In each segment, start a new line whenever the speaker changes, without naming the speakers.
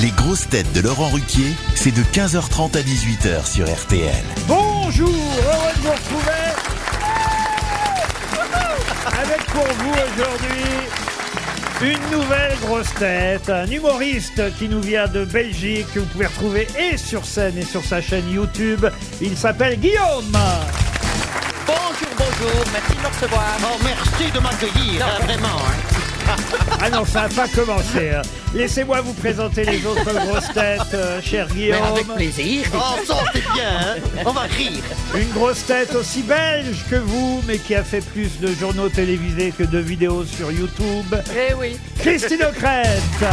Les grosses têtes de Laurent Ruquier, c'est de 15h30 à 18h sur RTL.
Bonjour, heureux de vous retrouver avec pour vous aujourd'hui une nouvelle grosse tête, un humoriste qui nous vient de Belgique, que vous pouvez retrouver et sur scène et sur sa chaîne YouTube. Il s'appelle Guillaume.
Bonjour, bonjour, merci de me recevoir. Oh, merci de m'accueillir, hein, vraiment.
Ah non, ça n'a pas commencé. hein. Laissez-moi vous présenter les autres grosses têtes, euh, cher Guillaume.
plaisir. Oh, ça, c'est bien, hein. on va rire.
Une grosse tête aussi belge que vous, mais qui a fait plus de journaux télévisés que de vidéos sur YouTube.
Eh oui.
Christine O'Krent.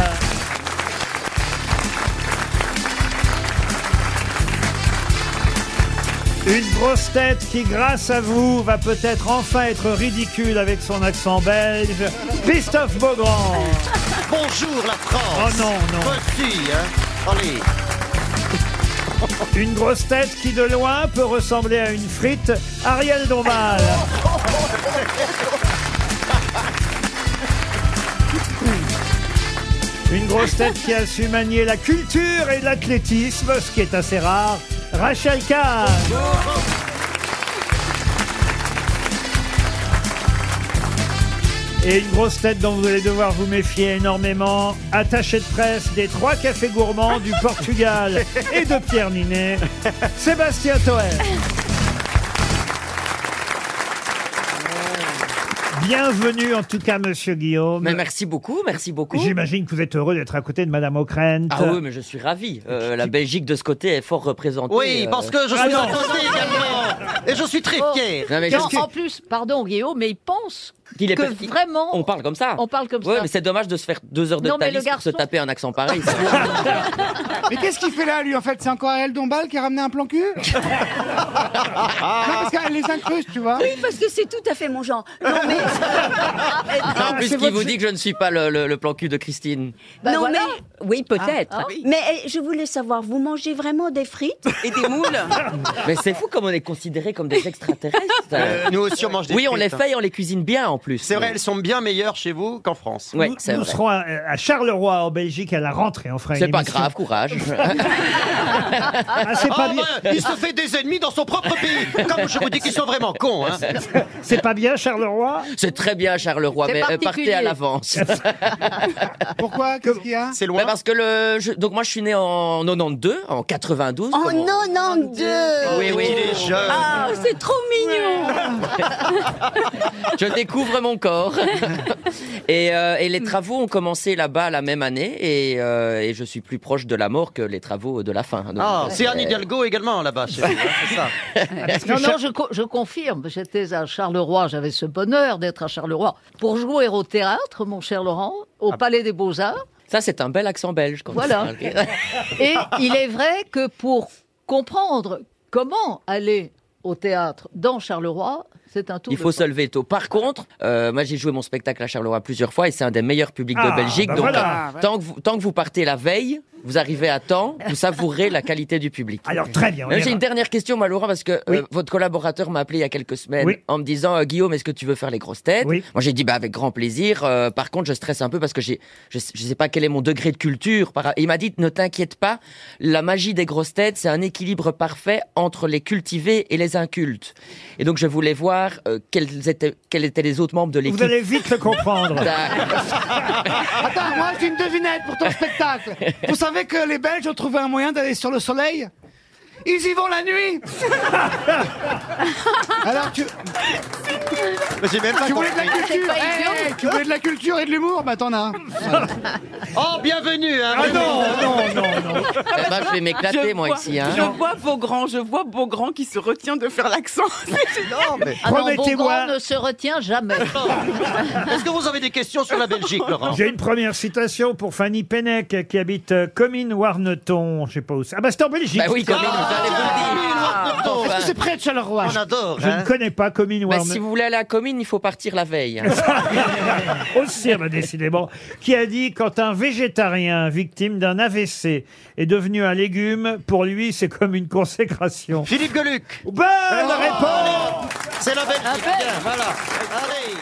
Une grosse tête qui, grâce à vous, va peut-être enfin être ridicule avec son accent belge. Christophe Beaugrand.
Bonjour, la France.
Oh non, non.
Voici, hein. Allez.
Une grosse tête qui, de loin, peut ressembler à une frite. Ariel Dombal. Une grosse tête qui a su manier la culture et l'athlétisme, ce qui est assez rare. Rachel Kahn. Et une grosse tête dont vous allez devoir vous méfier énormément, attaché de presse des trois cafés gourmands du Portugal et de Pierre Ninet, Sébastien Toer. Bienvenue en tout cas, monsieur Guillaume.
Mais merci beaucoup, merci beaucoup.
J'imagine que vous êtes heureux d'être à côté de Madame O'Krent.
Ah oui, mais je suis ravi. Euh, la Belgique de ce côté est fort représentée.
Oui,
euh.
parce que je suis
non.
à côté également. Et je suis très fier.
Non, mais
Et en,
qu'est-ce que-
en plus, pardon Guillaume, mais il pense
qu'il est
que
parti-
vraiment
On parle comme ça.
on parle comme
Ouais,
ça.
mais c'est dommage de se faire deux heures de
Non, mais
Thalys
le
pour se
garçon-
taper un accent pareil. ça.
Mais qu'est-ce qu'il fait là, lui, en fait C'est encore Ariel Dombal qui a ramené un plan cul Non, parce qu'elle les incruste, tu vois.
Oui, parce que c'est tout à fait mon genre. Non, mais.
en plus,
c'est
qui vous
votre-
dit que je ne suis pas le, le- le plan cul de Christine
Bah
non,
voilà. Ah,
mais.
Oui, peut-être.
Mais eh, je voulais savoir, vous mangez vraiment des frites et des moules
Mais c'est fou comme on est considérés comme des extraterrestres.
Euh, nous aussi, on mange des
oui, on les
frites, hein.
fait et on les cuisine bien en plus.
C'est vrai, elles sont bien meilleures chez vous qu'en France.
Ouais,
nous
c'est
nous
vrai.
serons à, à Charleroi en Belgique à la rentrée. On fera une
C'est pas
émission.
grave, courage.
Ah, c'est pas
Ah,
bien.
ben, il se fait des ennemis dans son propre pays. Comme je vous dis qu'ils sont vraiment cons. Hein.
C'est pas bien Charleroi
C'est très bien, Charleroi,
C'est
mais euh, partez à
particulier.
l'avance.
Pourquoi Qu'est-ce qu'il y a
C'est
Ouais,
loin.
parce que le, je- donc moi je suis né en 92, en 92.
En
comme on-
92
Oui, oui.
Il est jeune.
Ah, c'est trop mignon
Je découvre mon corps. et, euh, et les travaux ont commencé là-bas la même année et, euh, et je suis plus proche de la mort que les travaux de la fin. Donc,
Ah, c'est
euh,
Anne Hidalgo également là-bas chez vous. hein, c'est ça.
Ah,
Non, non, je, co- je confirme. J'étais à Charleroi, j'avais ce bonheur d'être à Charleroi pour jouer au théâtre, mon cher Laurent, au Palais des Beaux-Arts.
Ça, c'est un bel accent belge. Quand
Voilà.
tu parles.
Et il est vrai que pour comprendre comment aller au théâtre dans Charleroi, c'est un tour
Il
de
faut se
force.
lever tôt. Par contre, euh, moi j'ai joué mon spectacle à Charleroi plusieurs fois et c'est un des meilleurs publics
Ah,
de Belgique.
bah
donc
voilà.
euh, tant, que vous, tant que vous partez la veille, vous arrivez à temps, vous savourez la qualité du public.
Alors très bien. on
Euh,
ira.
J'ai une dernière question, moi, Laurent, parce que euh,
Oui.
votre collaborateur m'a appelé il y a quelques semaines
Oui.
en me disant euh, Guillaume, est-ce que tu veux faire les grosses têtes
Oui.
Moi, j'ai dit bah, avec grand plaisir. Euh, par contre, je stresse un peu parce que j'ai, je ne sais pas quel est mon degré de culture. par- Et il m'a dit ne t'inquiète pas, la magie des grosses têtes, c'est un équilibre parfait entre les cultivés et les incultes. Et donc, je voulais voir euh, quels, étaient, quels étaient les autres membres de
Vous
l'équipe. Ah,
allez vite le comprendre.
Attends, moi, j'ai une devinette pour ton spectacle. Vous savez que les Belges ont trouvé un moyen d'aller sur le soleil Ils y vont la nuit Alors, tu,
Mais J'ai même pas
tu voulais de la
compris.
culture
pas
hey,
idiot.
hey, Tu voulais de la culture et de l'humour Bah, t'en as un.
Oh, bienvenue hein,
Ah
vraiment.
non, non, non, non.
Eh ben, je vais m'éclater,
Je
moi,
vois-
ici. hein.
Je vois Beaugrand, je vois Beaugrand qui se retient de faire l'accent.
Non, mais...
Ah non,
Promettez-moi-
Beaugrand ne se retient jamais.
Est-ce que vous avez des questions sur la Belgique, Laurent
J'ai une première citation pour Fanny Pennec qui habite euh, Comines-Warneton. Je sais pas où c'est. Ah bah c'est en Belgique.
Bah oui, quand même,
Ah,
j'allais vous le dire.
Attends,
C'est près de Charleroi.
Ah, On adore.
Je
hein.
ne connais pas
Bah,
Comines-Warneton.
si vous voulez aller à Comines, il faut partir la veille. hein.
aussi, ah bah, décidément, qui a dit quand un végétarien victime d'un AVC est devenu un légume, pour lui, c'est comme une consécration.
Philippe Geluc,
Bonne réponse
c'est la Belgique. Bien, voilà. hein, Allez.